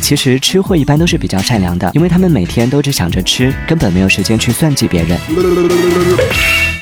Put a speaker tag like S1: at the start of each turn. S1: 其实吃货一般都是比较善良的，因为他们每天都只想着吃，根本没有时间去算计别人。